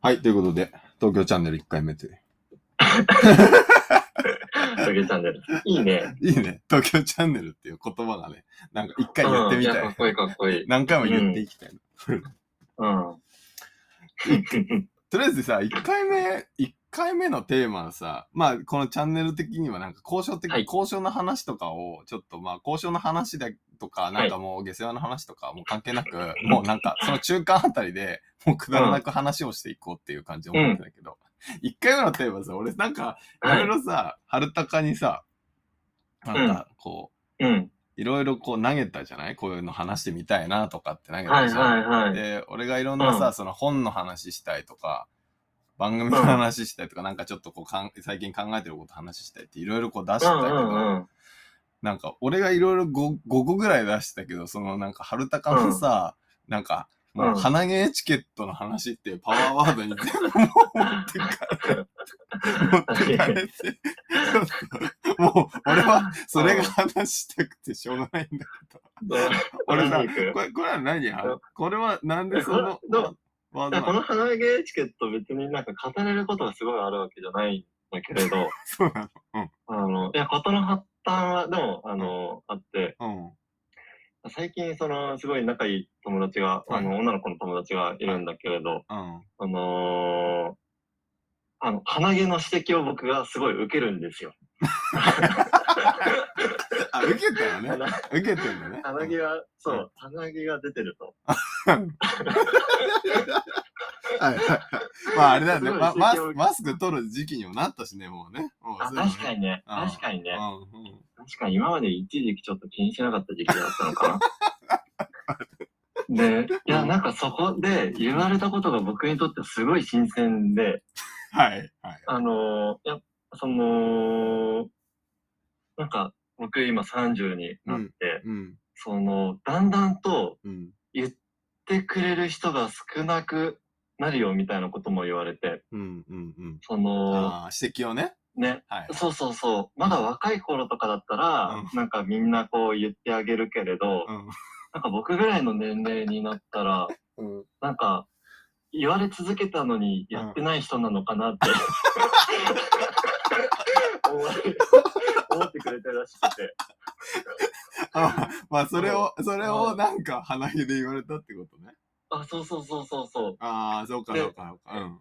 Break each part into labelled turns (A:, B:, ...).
A: はい、ということで、東京チャンネル1回目という。
B: トゲチャンネル。いいね。
A: いいね。東京チャンネルっていう言葉がね、なんか一回言ってみ
B: うんいや
A: た
B: か
A: い
B: っ。こいいかっこいい。
A: 何回も言っていきたいな。
B: うん。
A: とりあえずさ、1回目、一回目のテーマはさ、まあ、このチャンネル的にはなんか交渉的、
B: はい
A: 交渉の話とかを、ちょっとまあ、交渉の話だとか、
B: い
A: なんかもう下世話の話とか、もう関係なく、もうなんか、その中間あたりで、もうくだらなく話をしていこうっていう感じで思ってたけど、一1回目のテーマさ、俺なんか、い
B: は
A: ろい
B: い。
A: ろさ、春高にさ、なんかこ
B: うん。
A: う、いろいろこう投げたじゃないこういうの話してみたいなとかって投げ
B: は
A: た
B: い
A: じゃん。
B: はい はい。
A: で、俺がいろんなさ、
B: う
A: その本の話したいとか、番組の話したいとか、なんかちょっとこうかん、最近考えてること話したいっていろいろこう出して
B: う
A: たけ
B: ん
A: ど、
B: うんうん。
A: なんか俺がいろいろ 5, 5個ぐらい出してたけど、そのなんか春高のさ、なんか、もう
B: うん
A: 鼻毛エチケットの話っていうパワーワードに全部もう持ってかれて、持ってかれて、 もう俺はそれが話したくてしょうがないんだけど。俺さ
B: どうしていく
A: これ、これは何やこれはなんでその
B: えこれどう
A: ワー
B: だ
A: ド
B: からこ
A: な
B: の
A: の
B: 花毛エチケット別になんか語れることがすごいあるわけじゃないんだけれ ど、
A: そうな
B: あの、いや、ことの発端は、でも、あの、あって、
A: の
B: 最近その、すごい仲いい友達が、あ
A: は
B: の、女の子の友達がいるんだけれど、
A: うん。うん。
B: あのー、あの、鼻毛の指摘を僕がすごい受けるんですよ。
A: あ、受けたよね。
B: 鼻
A: 受けてんだね。
B: 鼻毛が、そう、鼻毛が出てると。
A: はいはいはいまああれだよね、
B: すごい
A: まマス
B: 刺激を受け
A: マスク取る時期にもなったしね、もうね。もう
B: あ、
A: そういうのね
B: 確かにね。
A: うん
B: 確かにね。
A: うんうん
B: 確かに今まで一時期ちょっと気にしなかった時期だったの かな。で、いや、なんかそこで言われたことが僕にとってすごい新鮮で、
A: はいはい。
B: あのー、いや、その、なんか僕今30になって、
A: うん
B: その、だんだんと
A: うん
B: 言ってくれる人が少なくなるよみたいなことも言われて、
A: うんうんうん。
B: その、
A: ああ、指摘をね。
B: ね、
A: はい。
B: そうそうそう。まだ若い頃とかだったら、なんかみんなこう言ってあげるけれど、なんか僕ぐらいの年齢になったら、
A: うん。うん。
B: なんか言われ続けたのにやってない人なのかな って、思い思ってくれてるらしくて。
A: あ まあ、それを、それを
B: うん
A: なんか鼻毛で言われたってことね。
B: あ、そうそうそうそうそう。
A: ああ、そうか
B: で
A: そうかそうか。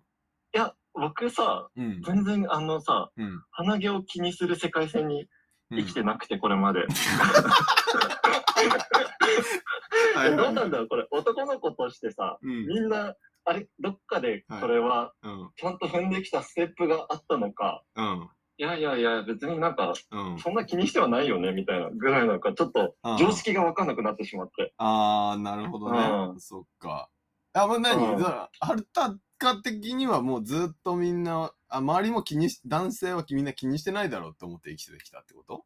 B: いや、僕さ、
A: うん。うん。
B: 全然あのさ、
A: うん
B: 鼻毛を気にする世界線に
A: うん
B: 生きてなくて、これまで。
A: は
B: え
A: い
B: ど
A: は
B: う
A: い
B: なんだろうこれ、男の子としてさ、
A: うん
B: みんな、あれ、どっかでこれは、
A: うん
B: ちゃんと踏んできたステップがあったのか、
A: うん
B: いやいやいや、別になんか、
A: うん。
B: そんな気にしてはないよね、みたいなぐらいなんか、ちょっと
A: うん
B: 常識がわかんなくなってしまって。
A: あー、なるほどね。
B: う
A: そっか。あ、もう何、
B: うん
A: だから、ハルタカ的にはもうずっとみんな、あ周りも気にし、男性はみんな気にしてないだろうと思って生きてきたってこと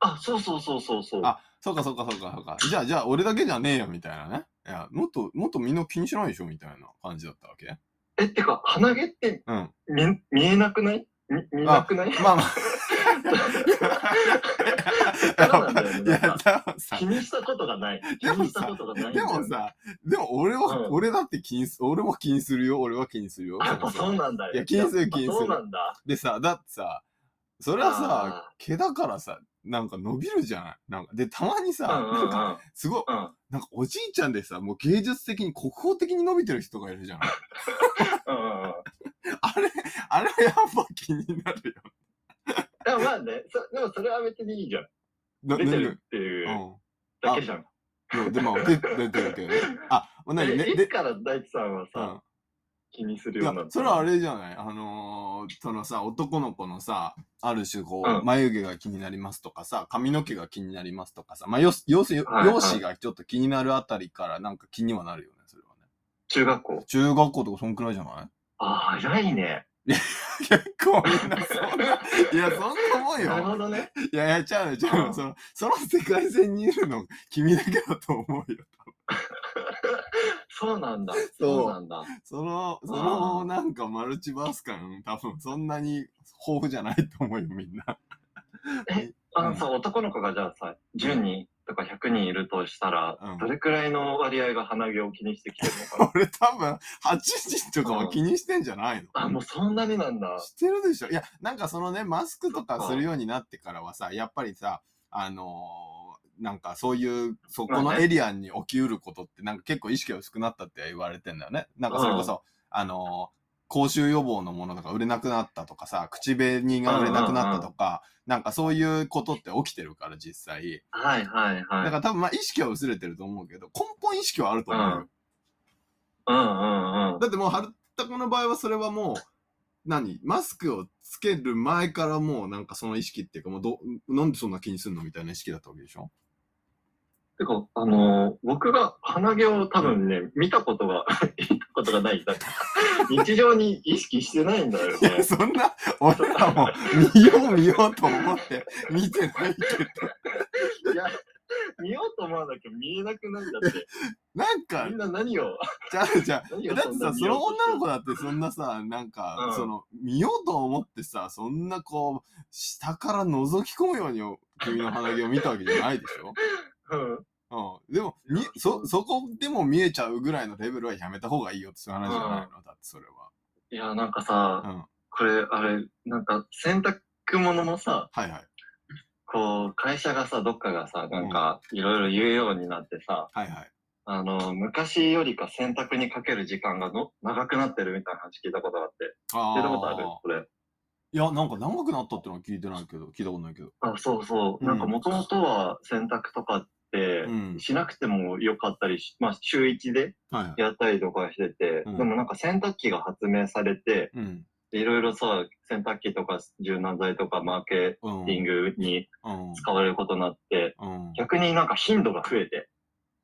B: あ、そうそうそうそうそう。
A: あ、そうかそうかそうかそうか。じゃあ、じゃあ俺だけじゃねえよみたいなね。いや、もっと、もっとみんな気にしないでしょみたいな感じだったわけ
B: え、ってか、鼻毛って
A: うん。
B: 見見えなくないみ見えなくない
A: まあまあ。
B: からなんだよ ね
A: いや、で
B: な
A: も
B: ん
A: さ
B: 気、にしたことがない。気
A: でも
B: にし
A: さ
B: たことがないんだ
A: で
B: よ。
A: もさ、でも俺は、
B: うん
A: 俺だって気にす、俺も気にするよ、俺は気にするよ。
B: あ、やっぱそうなんだよ。
A: いや気にする
B: やっぱ
A: 気にする
B: そうなんだ。
A: でさ、だってさ、それはさ
B: あ、
A: 毛だからさ、なんか伸びるじゃないなんか、で、たまに
B: う
A: さ、
B: んうん
A: なんか、すごい、
B: うん。うん。
A: なんかおじいちゃんでさ、もう芸術的に国宝的に伸びてる人がいるじゃない
B: うんうんうん。
A: あれ、あれはやっぱ気になるよ。
B: いや、まあね、そでもそれは別にいいじゃん。
A: な
B: 出て
A: な。
B: るっていううんだけじゃん。
A: ででも、出出てるけどね。あ、もう
B: え
A: 何ね、
B: いつ
A: で、
B: から大地さんは
A: う
B: さ、
A: ん。
B: 気にする
A: い
B: よう
A: や
B: になった、
A: それはあれじゃないあのー、そのさ、男の子のさ、ある種こう、
B: うん
A: 眉毛が気になりますとかさ、髪の毛が気になりますとかさ、まあ、よす、よす、容
B: はいはい
A: 姿がちょっと気になるあたりからなんか気にはなるよね、それはね。
B: 中学校。
A: 中学校とかそんくらいじゃない
B: ああ、早いね。
A: 結構みんなそう。いや、そんなもん
B: なるほ
A: よ。
B: どね。
A: いやいや、ちゃうね、ちゃう
B: う
A: ね。
B: ん
A: その、その世界線にいるの君だけだと思うよ。
B: そうなんだ。
A: そう
B: そうなんだ。
A: その、そ
B: あ
A: の、
B: ー
A: なんかマルチバース感、多分そんなに豊富じゃないと思うよ、みんな。
B: あのさ、男の子がじゃあさ、10人とか100人いるとしたら、
A: うん
B: どれくらいの割合が鼻毛を気にしてきてるのかな
A: 俺多分、8人とかは気にしてんじゃないの
B: あ、もうそんなになんだ。
A: してるでしょいや、なんかそのね、マスクとかするようになってからはさ、やっぱりさ、あのーなんかそういう、そこ
B: ま
A: の
B: あね
A: エリアに起きうることって、なんか結構意識が薄くなったって言われてんだよね。なんかそれこそ、あのー口臭予防のものとか売れなくなったとかさ、口紅が売れなくなったとか、なんかそういうことって起きてるから実際。
B: はいはい
A: だ
B: は
A: か
B: い。
A: ら多分まあ意識は薄れてると思うけど、根本意識はあると思うよ。
B: うんうんうん。
A: だってもう、春田子の場合はそれはもう、何マスクをつける前からもうなんかその意識っていうか、もうど、なんでそんな気にすんのみたいな意識だったわけでしょ。
B: てか、あのー僕が鼻毛を多分ね、見たことが、 見たことがない。なんか日常に意識してないんだよ ね
A: そんな、俺らも見よう見ようと思って見てないけど、
B: いや、見ようと思わなきゃ見えなくなっち ゃって。
A: なんか
B: みん、な何を、
A: じゃあじゃあ
B: 何
A: え
B: を
A: だってさ、その女の子
B: だ
A: だってそんなさ、なんか
B: う、ん
A: その、見ようと思ってさ、そんなこう、下から覗き込むように君の鼻毛を見たわけじゃないでしょ
B: うん。
A: うん。でも、み、そ、そこでも見えちゃうぐらいのレベルはやめた方がいいよってそういう話じゃないの、だってそれは。
B: いや、なんかさ、
A: うん。
B: これ、あれ、なんか洗濯物もさ、
A: はいはい。
B: こう、会社がさ、どっかがさ、なんか、いろいろ言うようになってさ、
A: はいはい。
B: あの、昔よりか洗濯にかける時間がの長くなってるみたいな話聞いたことがあって。
A: あ
B: 聞いたことある
A: あ
B: これ。
A: ー。いや、なんか長くなったってのは聞いてないけど、聞いたことないけど。
B: あ、そうそう。
A: うん
B: なんか、もともとは洗濯とかって
A: う、ん。
B: しなくてもよかったりし、まあ、週一で
A: はいはい。
B: やったりとかしてて、
A: うん
B: でもなんか洗濯機が発明されて、
A: うん。
B: いろいろさ、洗濯機とか柔軟剤とかマーケ
A: うん。うん
B: ティン。グに使われることになって、
A: うん。
B: 逆になんか頻度が増えて、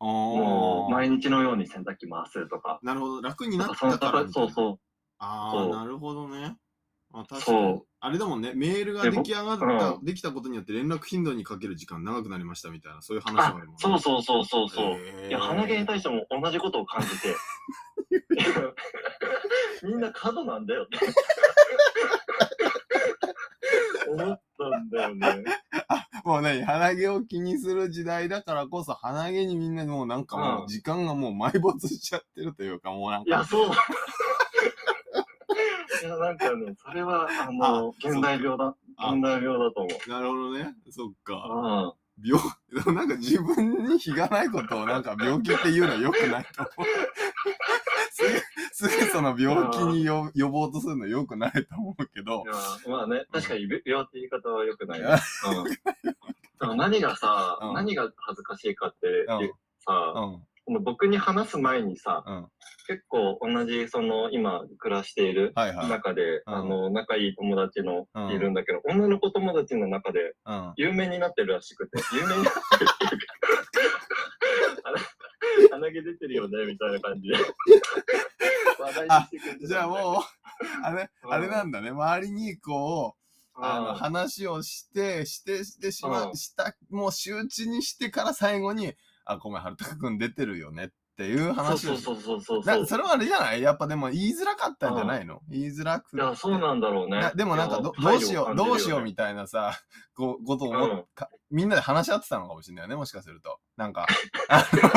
B: も
A: あ
B: う
A: あ。
B: 毎日のように洗濯機回すとか。
A: なるほど。楽に
B: な
A: なんっ
B: かその
A: たから
B: 高
A: みたい
B: そ
A: な。
B: うそう。
A: あ
B: そう
A: あ、なるほどね。まあ確か
B: そ
A: に
B: う。
A: あれだもんね、メールが出来上が
B: で
A: った、
B: 僕
A: できたことによって連絡頻度にかける時間長くなりましたみたいな、そういう話
B: あ
A: もあるもんね。
B: そうそうそうそうそう。
A: へー
B: いや、鼻毛に対しても同じことを感じ て。みんな過度なん だよね。思ったんだよね。
A: もうね、鼻毛を気にする時代だからこそ、鼻毛にみんなもうなんかも
B: う
A: うん時間がもう埋没しちゃってるというか、もうなん
B: いや、
A: か、
B: そう。 いや、なんかね、それは、あの、現代病だ。
A: あ
B: 現代病だと思う。
A: なるほどね。そっか。
B: うん。
A: 病、なんか自分に非がないことをなんか病気っていうのは良くないと思う。すぐ、すぐその病気によ呼ぼうとするの良くないと思うけど
B: い、やまあね、確かに病病って言い方は良くないね。
A: い
B: うん
A: や。
B: でも何がさ、
A: うん
B: 何が恥ずかしいかって、
A: うんう
B: さ、
A: ん、
B: この僕に話す前にさ、
A: うん。
B: 結構同じ、その、今暮らしている
A: はいはい。
B: 中で、
A: うん
B: あの、仲いい友達の
A: うん
B: いるんだけど、女の子友達の中で
A: うん。
B: 有名になってるらしくて、有名になってる。あ の鼻毛出てるよね、みたいな感じで。話題にしてくれてた
A: じゃあもう、あれ、
B: うん
A: あれなんだね。周りにこう、
B: うん、
A: あの話をして、して、してしま
B: う、ん
A: した、もう周知にしてから最後に、あ、ごめん、はるたくん出てるよねっていう話
B: そ
A: を
B: う
A: し
B: そうそうそうそう。
A: なそれはあれじゃないやっぱでも言いづらかったんじゃないの言いづらく
B: いや、そうなんだろうね
A: な。でもなんかどどうしよう、どうしようみたいなさ、こうことを思っ
B: うん
A: かみんなで話し合ってたのかもしれないよね、もしかすると。なんか、
B: たいな。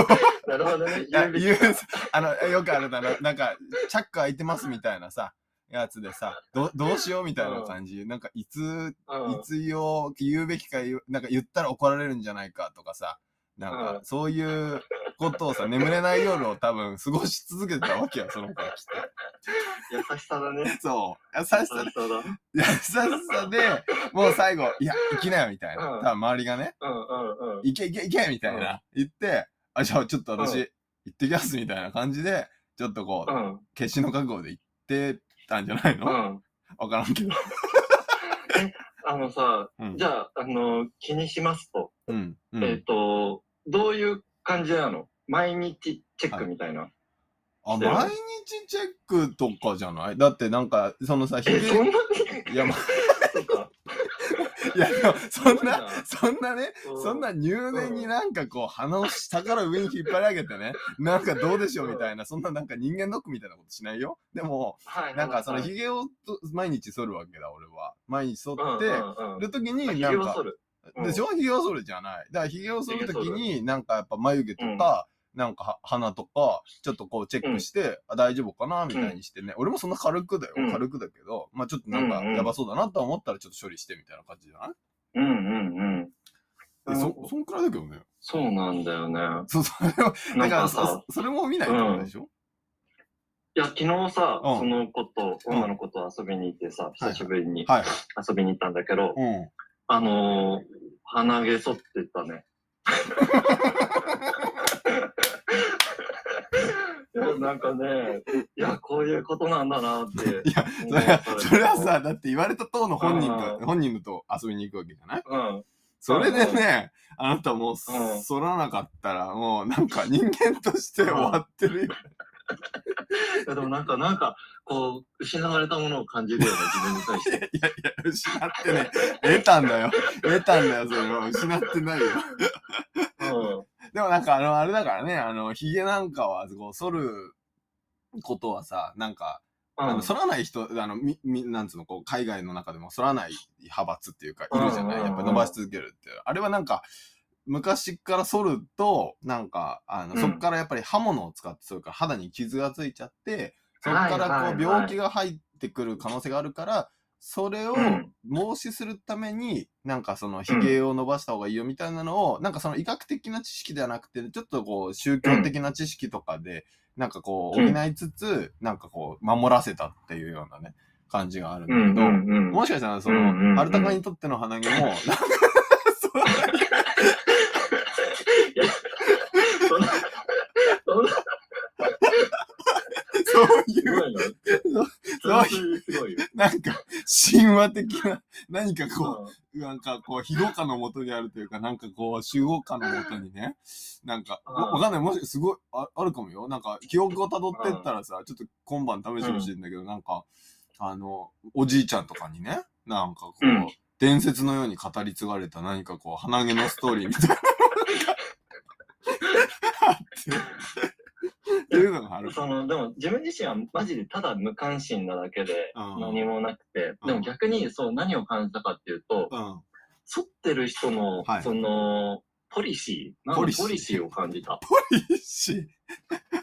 B: なるほどね。
A: いや
B: 言うべき
A: 言う あの、よくあるだな、なんか、チャック開いてますみたいなさ、やつでさ、どどうしようみたいな感じ。なんか、いつ
B: うん
A: いつ言おう、言うべきか言う、なんか言ったら怒られるんじゃないかとかさ、なんか
B: う
A: そういうことをさ、眠れない夜を多分過ごし続けてたわけ よ、その子はきっ
B: 優しさだね。
A: と。そう。優しさ
B: 優しさだ。う
A: 優しさで、もう最後、いや、行きなよ、みたいな。
B: う
A: 多
B: ん
A: 分周りがね、
B: んうんうん。
A: 行け行け行けみたいな。言って、あ、じゃあちょっと私、
B: うん
A: 行ってきます、みたいな感じで、ちょっとこ
B: う
A: う、
B: ん
A: 決死の覚悟で行ってたんじゃないの
B: う
A: わ、
B: ん。
A: からんけど。
B: あのさ、
A: うん
B: じゃあ、あの、気にしますと。
A: うん。う
B: えっ
A: ん。
B: と、どういう感じなの毎日チェックみたいな。
A: あ、
B: してる
A: 毎日チェックとかじゃないだってなんか、そのさ、ひ
B: え、そんな
A: や、ま、
B: とか。
A: いや、でも、そんな、
B: な、
A: そんなね、そんな入念になんかこう、鼻を下から上に引っ張り上げてね、なんかどうでしょうみたいな、そんななんか人間ドックみたいなことしないよ。でも、
B: はい、
A: なんかその
B: ひ
A: 髭をと毎日剃るわけだ、俺は。毎日剃って、
B: うんうんうん
A: るときに、
B: ひ
A: な
B: げ
A: ん
B: を
A: か
B: 剃、る。うん
A: で、それは髭を剃るじゃない。だから髭を剃るとき
B: 髭
A: に、なんかやっぱ眉毛とか、なんかは鼻とか、ちょっとこうチェックして、あ大丈夫かなみたいにしてね。俺もそんな軽くだよ
B: うん。
A: 軽くだけど、まあちょっとなんか
B: うんうん
A: やばそうだなとは思ったらちょっと処理してみたいな感じじゃない
B: うんうんうん。
A: えそ、そんくらいだけどね。
B: そうなんだよね。
A: そう、それは、だ
B: なん
A: から
B: か
A: そ
B: さ、、
A: それも見ないってことでしょ
B: いや、昨日さ、
A: うん
B: その子と、
A: うん
B: 女の子と遊びに行ってさ、久しぶりに
A: はい。
B: 遊びに行ったんだけど、
A: うん。
B: あのー、鼻毛剃ってたね。 いや、なんかね、いや、こういうことなんだなって。
A: いや、それは、それは、さ、だって言われた当の本人
B: あー
A: と、本人のと遊びに行くわけじゃない
B: うん。
A: それでね、あなたもう、
B: うん
A: そらなかったら、もうなんか人間として終わってるよ。
B: いやでもなんか、なんか、こう、失われたものを感じるよね、自分 に対して。
A: いやいや、失ってね、得たんだよ。得たんだよ、それは。失ってないよ。
B: うん。
A: でもなんか、あの、あれだからね、あの、髭なんかは、こう、剃ることはさ、なんか、あ
B: う
A: の
B: ん。
A: 剃らない人、あの、み、み、なんつうの、こう、海外の中でも剃らない派閥っていうか、いるじゃない
B: うんうん
A: や
B: うん
A: っぱ伸ばし続けるっていう。あれはなんか、昔から剃ると、なんか、あの、
B: うん
A: そっからやっぱり刃物を使って剃るから肌に傷がついちゃって、そっか
B: はいはい
A: ら
B: は
A: こ、
B: いう
A: 病気が入ってくる可能性があるから、それを
B: うん
A: 防止するために、なんかその、髭を伸ばした方がいいよみたいなのを、なんかその医学的な知識ではなくて、ちょっとこう、宗教的な知識とかで、なんかこう、
B: うん
A: 補いつつ、なんかこう、守らせたっていうようなね、感じがあるんだ
B: うん
A: け
B: う
A: ど、
B: んうん。
A: もしかしたら、そ
B: うんうんうん
A: の、アルタカにとっての鼻毛も、なんか、そう
B: そんな、そん な、
A: そう
B: す
A: いう、
B: ごいの。
A: そう
B: それすごいよ。
A: なんか、神話的な、何かこ
B: うん
A: う、なんかこう、非語化のもとにあるというか、なんかこう、集合化のもとにね、なんか、
B: うん
A: わわかんない、もし、すごいあ、あるかもよ。なんか、記憶を辿ってったらさ、ちょっと今晩試してほしいんだけど、なんか、あの、おじいちゃんとかにね、なんかこう、
B: うん
A: 伝説のように語り継がれた何かこう、鼻毛のストーリーみたいなの があって、っていうのがある。
B: そのでも自分自身はマジでただ無関心なだけで
A: うん
B: 何もなくて、
A: うん
B: でも逆にそう何を感じたかっていうと、
A: うん。
B: 剃ってる人の、
A: はい
B: そのポリシーなんか
A: ポリシー
B: ポリシーを感じた。
A: ポリシー。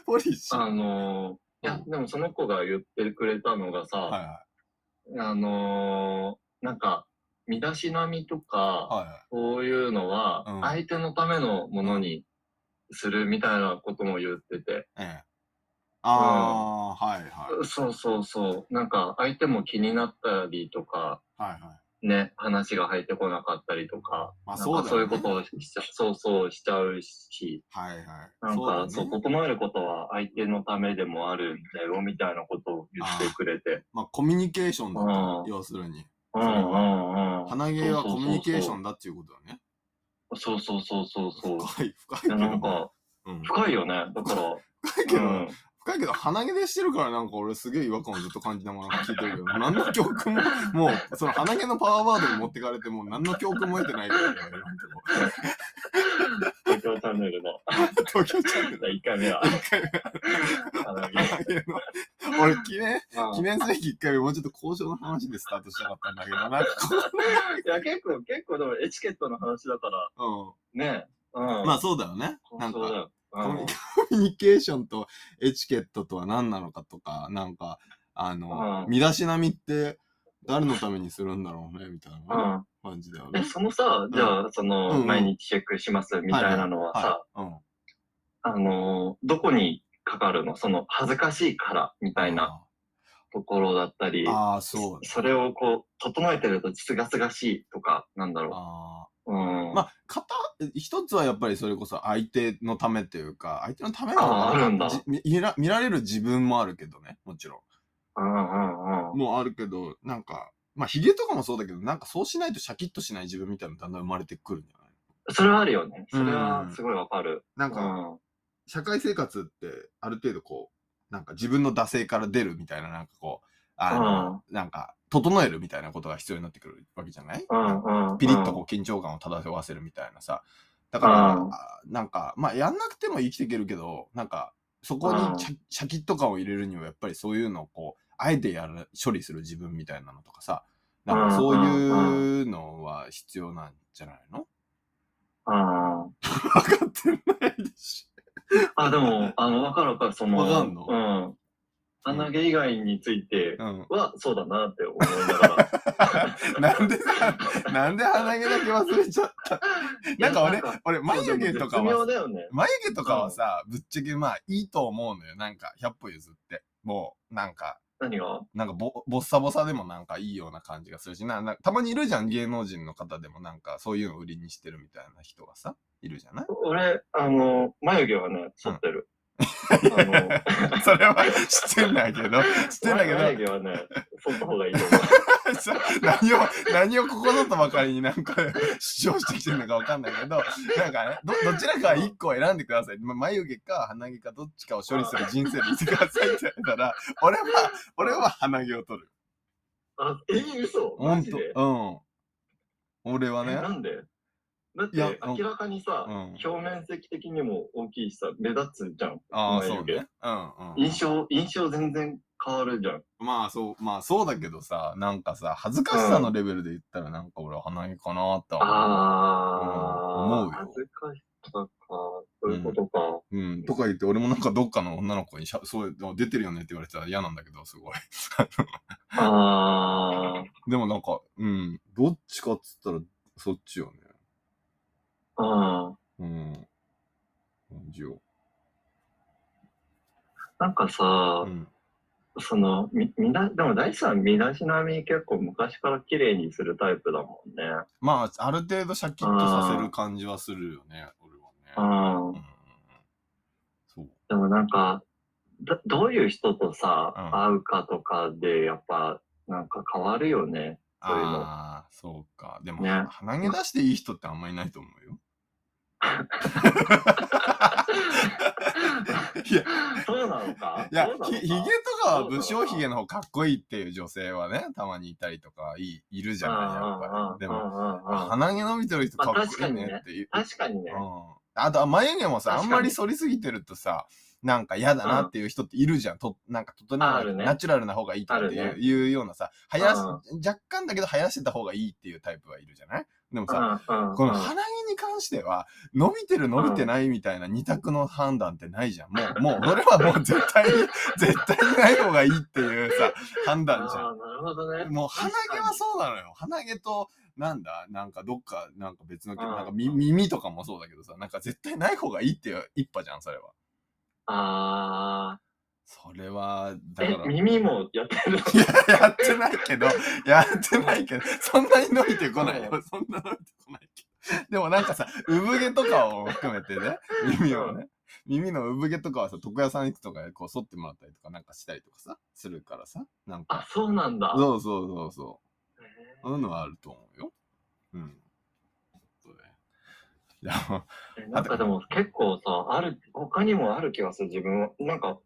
A: ポリシー。は
B: あのーいや
A: う
B: でもその子が言ってくれたのがさ、
A: いは
B: あのーなんか身だしなみとか、
A: い。はいはい。
B: そういうのは
A: うん
B: 相手のためのものにするみたいなことも言ってて、
A: ええ。ああ、はいはい。
B: そうそうそうなんか相手も気になったりとか
A: はいはい。
B: ね、話が入ってこなかったりとか、
A: まあ
B: なん
A: そうだ
B: か
A: よね
B: そういうことをしちゃそうそうしちゃうし、
A: はいはい。
B: なんかそう,、
A: だね
B: 整えることは相手のためでもあるんだよみたいなことを言ってくれて。
A: まあコミュニケーションだ
B: あ
A: と
B: ー、
A: 要するに。
B: うん
A: そうれ
B: んうん。
A: 鼻毛はコミュニケーショ
B: ン。
A: ンだっていうことだね。
B: そうそうそうそう そう。い
A: 深い、深いけ
B: や
A: ど
B: なん
A: ね。
B: か
A: うん
B: 深いよね。だから、
A: 深いけ
B: う
A: ど
B: ん、
A: 深いけど、鼻毛でしてるからなんか俺すげえ違和感をずっと感じながら聞いてるけど、何の教訓も、もう、その鼻毛のパワーワードに持ってかれて、もう何の教訓も得てないからね。
B: 東京チャンネルの
A: 東京チャンネル。
B: 1回目 は。
A: 一回
B: 鼻毛
A: 目鼻毛の俺、記念、
B: うん
A: 記念すべき1回目、もうちょっと交渉の話でスタートしたかったんだけど、なんかこ
B: いや、結構、結構でもエチケットの話だから、
A: う、うん。
B: ね。うん。
A: まあそうだよね。
B: そう
A: なん
B: そうだ
A: か、
B: よ。
A: コミ
B: う
A: コ
B: ん
A: ミュニケーションとエチケットとは何なのかとか、なんか、あの
B: う、ん
A: 身だしなみって誰のためにするんだろうね、みたい
B: うん
A: な。感じだよ
B: え、
A: ね。
B: そのさ、じゃあ、そ
A: うん
B: の、
A: うん
B: 毎日チェックしますみたいなのはさ、
A: はい。うん。
B: あのー、どこにかかるのその、恥ずかしいからみたいなところだったり、
A: あーあー、そう。
B: それをこう、整えてると、すがすがしいとか、なんだろ
A: あ
B: う。うん。
A: ーまあ、片、一つはやっぱりそれこそ相手のためというか、相手のためなのか
B: あーあ
A: な
B: るんだ
A: じみ見ら見られる自分もあるけどね、もちろ
B: うんうんうん
A: ん。。もうあるけど、なんか、まあ、髭とかもそうだけど、なんかそうしないとシャキッとしない自分みたいなのだんだん生まれてくるんじゃない
B: それはあるよね。それ
A: う
B: は
A: ん、
B: すごいわかる。
A: なん
B: う
A: か、
B: ん。
A: 社会生活ってある程度こうなんか自分の惰性から出るみたいななんかこうあの、なんか整えるみたいなことが必要になってくるわけじゃない、
B: うんうんうん。
A: ピリッとこう緊張感を漂わせるみたいなさだから、
B: うん
A: あなんかまあやんなくても生きていけるけどなんかそこに
B: うん
A: シャ,、シャキッと感を入れるにはやっぱりそういうのをこうあえてやる処理する自分みたいなのとかさなんかそういうのは必要なんじゃないの
B: あ
A: 分かってないでし
B: ーあ、でも、あの、わかるわかる、その、
A: わかんの
B: うん。鼻毛以外について
A: ょ。うん。
B: は、そうだなって思いながら。
A: なんで さ、なんで鼻毛だけ忘れちゃった なんか俺、俺、眉毛とか
B: そうでも絶妙
A: は、
B: だよね。
A: 眉毛とかはさ、ぶっちゃけまあいいと思うのよ。なんか、100歩譲って。もう、なんか、
B: 何が
A: なんかボ、ぼっさぼさでもなんかいいような感じがするしな、なたまにいるじゃん、芸能人の方でもなんか、そういうの売りにしてるみたいな人がさ、いるじゃない
B: 俺、あの、眉毛はね、剃ってる。あ の
A: それは知ってんだけど、知ってんだけど、
B: 眉毛はね、剃った方がいいと思う。
A: さ何を、何をここぞとばかりになんか主張してきてるのかわかんないけど、なんかね、ど、どちらか一個を選んでください。ま眉毛か鼻毛かどっちかを処理する人生でいてくださいって言われたら、俺は、俺は鼻毛を取る。
B: あ、えー、嘘
A: ほ
B: マ
A: ん
B: ジ
A: と、
B: で
A: うん。俺はね、
B: えなんでだっ
A: いや
B: て明らかにさ、
A: うん
B: 表面積的にも大きいしさ、目立つじゃん。
A: ああ、
B: 眉
A: そう
B: 毛
A: ね。うんうん。
B: 印象、印象全然変わるじゃん。
A: まあそう、まあそうだけどさ、なんかさ、恥ずかしさのレベルで言ったらなんか俺は鼻毛かなって思
B: あ
A: う
B: ー、
A: ん思うよ
B: 恥ずかしさか、そういうことか。
A: う。うん。とか言って、俺もなんかどっかの女の子にしゃ、そういうの出てるよねって言われたら嫌なんだけど、すごい。
B: あー、
A: でもなんか、うん。どっちかっつったら、そっちよね。
B: あー。
A: うん。感じよ。
B: なんかさ
A: う、ん。
B: その、み、みな、でも大地さん、身だしなみ結構昔から綺麗にするタイプだもんね。
A: まあ、ある程度シャキッとさせる感じはするよね、俺はね。
B: うん
A: うん。。そう。
B: でもなんか、どどういう人とさ、
A: うん
B: 会うかとかで、やっぱ、なんか変わるよね。そういうの
A: ああ、そうか。でも、
B: ね
A: 鼻毛出していい人ってあんまいないと思うよ。 いや、
B: そうなのか
A: いや
B: そうなのか
A: ひ、ひげとかは武将ひげの方かっこいいっていう女性はね、たまにいたりとか、い、いるじゃない、やっぱり。で
B: うん
A: も、
B: うんうんうん
A: 鼻毛伸びてる人かっこいいねっていう。
B: 確かにね
A: う。ん。あと、眉毛もさ、あ
B: 確か
A: ん
B: に
A: まり反りすぎてるとさ、なんか嫌だなっていう人っているじゃん。となんか整え
B: ある
A: ない、
B: ね
A: ナチュラルな方がいいとかってい
B: あ
A: う,、
B: る
A: いうようなさ、はや若干だけど生やしてた方がいいっていうタイプはいるじゃないでもさ、
B: うんうん
A: この
B: うん
A: 鼻毛に関しては、伸びてる伸びてないみたいな二択の判断ってないじゃん。もう、もう、それはもう絶対に、絶対にない方がいいっていうさ、判断じゃ
B: あーなるほどね。
A: ん。もう鼻毛は
B: 確
A: そうなのよ。鼻毛と、なんだなんかどっか、なんか別の、
B: ん
A: なんかみ耳とかもそうだけどさ、なんか絶対ない方がいいっていう一派じゃん、それは。
B: あ
A: それは、
B: ー
A: だから
B: え、。耳もやってる
A: いや、やってないけど、やってないけど、そんなに伸びてこないよ
B: う。
A: そんな伸びてこないけど。でもなんかさ、産毛とかを含めてね、耳をね、耳の産毛とかはさ、床屋さん行くとかでこう剃ってもらったりとかなんかしたりとかさ、するからさ、なん
B: あ
A: か、、
B: そうなんだ。
A: そうそうそうそう、
B: へ
A: そういうのはあると思うよ。うん。そうね。い や、
B: ーなんかでも結構さ、ある、他にもある気がする、自分は。なんか、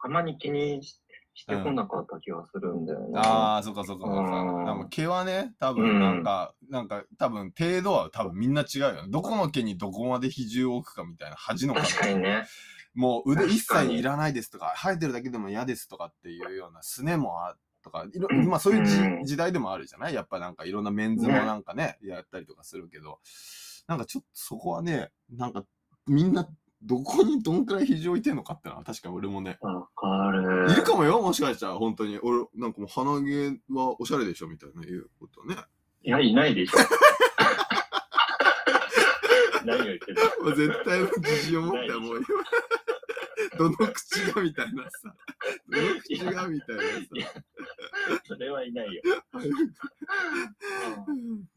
B: あまり気にししてこなかった気がするんだよね。
A: ああ、そっかそっかそっか。
B: うん
A: でも毛はね、多分なんか、なんか多分程度は多分みんな違うよね。どこの毛にどこまで比重を置くかみたいな恥の感じ
B: 確かにね。
A: もう腕一
B: 確か
A: 切
B: に
A: いらないですとか、生えてるだけでも嫌ですとかっていうようなすねもあとか、いろ
B: うん
A: まあそういうじ、
B: うん
A: 時代でもあるじゃないやっぱなんかいろんなメンズも
B: ね
A: なんかね、やったりとかするけど、なんかちょっとそこはね、なんかみんなどこにどんくらい比重置いてんのかってのは確かに俺もね、
B: わかる。
A: いるかもよ、もしかしたら、本当に。俺、なんかもう鼻毛はおしゃれでしょみたいな言うことね。
B: いや、いないでしょ。 何を言ってる
A: もう絶対自信を持ってもうよ。どの口がみたいなさ。どの口がみたいなさ。
B: それはいないよ。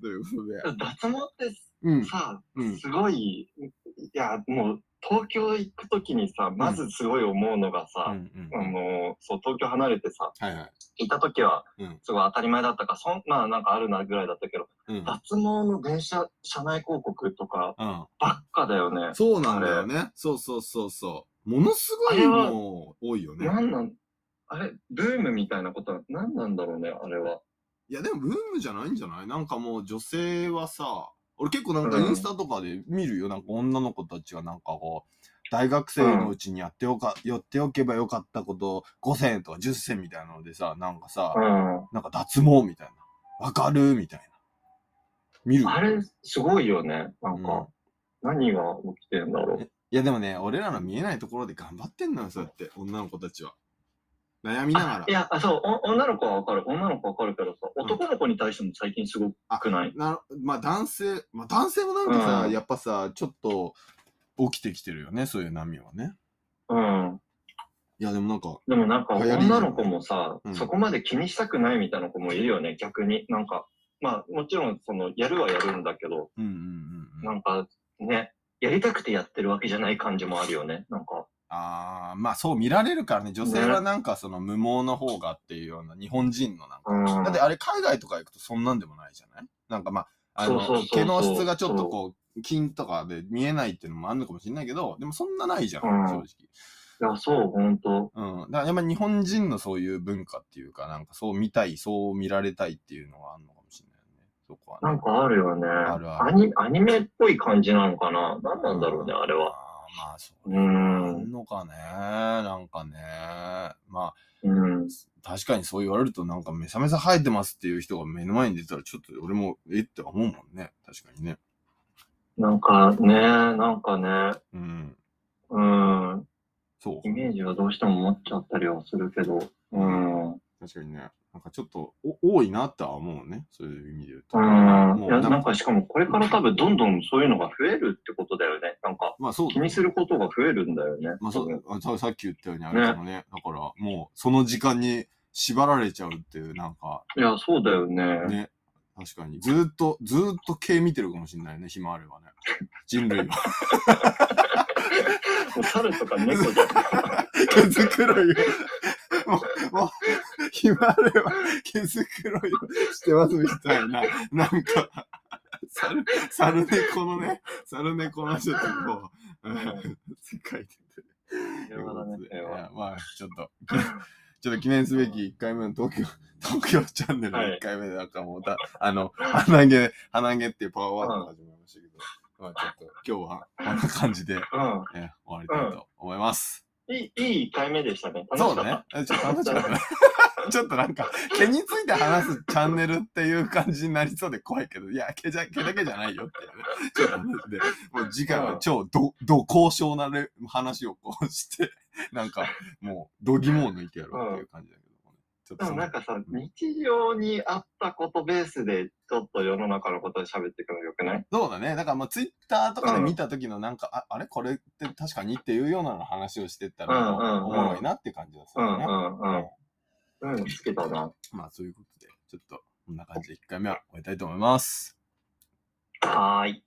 A: ということで。
B: 脱毛って
A: うん。
B: さ、
A: うん
B: すごい、いや、もう東京行くときにさ、まずすごい思うのが
A: う
B: さ、
A: ん
B: あの、そう、東京離れてさ、
A: はいはい。
B: 行ったときは
A: うん、
B: すごい当たり前だったから、そんまあなんかあるなぐらいだったけど、
A: うん。
B: 脱毛の電車、車内広告とかばっかだよね。
A: そうなんだよね。そうそうそうそう。ものすご
B: あれ
A: い
B: は
A: もう多いよね。
B: なんなん、あれ、ブームみたいなことは何なんだろうね、あれは。
A: いやでもブームじゃないんじゃないなんかもう女性はさ、俺結構なんか
B: うん
A: インスタとかで見るよ。なんか女の子たちがなんかこう、大学生のうちにやっておか、やっておけばよかったこと5選とか10選みたいなのでさ、なんかさ、
B: うん。
A: なんか脱毛みたいな。わかるみたい見る。
B: あれ、すごいよね。なん
A: うん
B: か、何が起きてんだろう。
A: いやでもね、俺らの見えないところで頑張ってんのよ、そうやって、女の子たちは。悩みなが
B: あ
A: ら
B: い。や、あそうお、女の子はわかる。女の子はわかるけどさ、
A: うん
B: 男の子に対しても最近すごくない
A: なまあ男性、まあ男性もなんかさ、
B: うん
A: やっぱさ、ちょっと起きてきてるよね、そういう波はね。
B: うん。
A: いやでもなんか、
B: でもなんか、
A: 流行りじゃ
B: 女
A: ん
B: の子もさ、
A: うん
B: そこまで気にしたくないみたいな子もいるよね、逆に。なんか、まあ、もちろん、その、やるはやるんだけど、
A: うんうんうんう。
B: なんんか、ね、やりたくてやってるわけじゃない感じもあるよね、なんか。
A: あー、まあそう見られるからね、女性はなんかその無毛の方がっていうような、日本人のなんか。
B: うん。
A: だってあれ海外とか行くとそんなんでもないじゃないなんかまあ、あの
B: そうそうそうそう
A: 毛の質がちょっとこう、金とかで見えないっていうのもあるのかもしれないけど、でもそんなないじゃん、
B: うん
A: 正直。
B: いや、そう、ほんと。
A: うん。だからやっぱり日本人のそういう文化っていうか、なんかそう見たい、そう見られたいっていうのがあるのかもしれないよね。そこは、ね。
B: なんかあるよね。
A: あるある
B: アニアニメっぽい感じなのかな何なんだろうね、あれは。
A: あー。まあ、そうう。あ
B: ん。
A: んのかね。なんかね。まあ、
B: うん。
A: 確かにそう言われると、なんかめちゃめちゃ生えてますっていう人が目の前に出たら、ちょっと俺も、えって思うもんね。確かにね。
B: なんかね、なんかね、
A: うん。
B: うん。
A: そう
B: イ。メージはどうしても持っちゃったりはするけど、うん。
A: 確かにね。なんかちょっとお多いなっては思うね。そういう意味で言うと。
B: うん。
A: も
B: いう
A: な
B: や、
A: んか
B: なんかしかもこれから多分どんどんそういうのが増えるってことだよね。なんか
A: まあそうだ
B: 気にすることが増えるんだよね。
A: まあそ
B: 多分
A: う、あささっき言ったようにあれかもね。だからもうその時間に縛られちゃうっていう、なんか
B: いや、そうだよね。
A: ね。確かに。ずーっと、ずーっと毛見てるかもしれないね、暇あればね。人類は。
B: もう猿とか 猫じゃ ん。
A: 毛づくろいを。 もう、もう、暇あれば毛づくろいをしてますみたいな。なんか、猿、猿猫のね、猿猫のちょっとこう、うん世界で。
B: 平和だね、
A: い
B: 平和。
A: やまあ、ちょっと。ちょっと記念すべき1回目の東京、 東京チャンネルの
B: はい
A: 1回目でなんかもうだ、あの、鼻毛、鼻毛っていうパワーワードが始まりました けど、まあちょっと今日はこんな感じで、え終わりたいと思います。
B: うん。いい、いい1回目でしたね。楽しか
A: そ
B: っ
A: う
B: た
A: だね。えちょっと話しちゃった ねちょっとなんか、毛について話すチャンネルっていう感じになりそうで怖いけど、いや、毛じゃ、毛だけじゃないよっていうね。ちょっと話で、もう次回は超ど、ど高尚なれ話をこうして、なんか、もう、度肝を抜いてやろうっていう感じだけどもね。ちょっ
B: で
A: とそ
B: も
A: の
B: なんかさ、日常にあったことベースで、ちょっと世の中のことで喋っていくのよくない
A: そうだね。だからまあ、ツイッターとかで
B: うん
A: 見た時のなんか、ああれこれって確かにっていうようなの話をしてった
B: う
A: ら、
B: んうんうん
A: おもろいなって感じがす
B: う
A: る
B: ん
A: ね。
B: うんうん。うん、好きだな。
A: まあ、そういうことで、ちょっと、こんな感じで1回目は終えたいと思います。
B: はーい。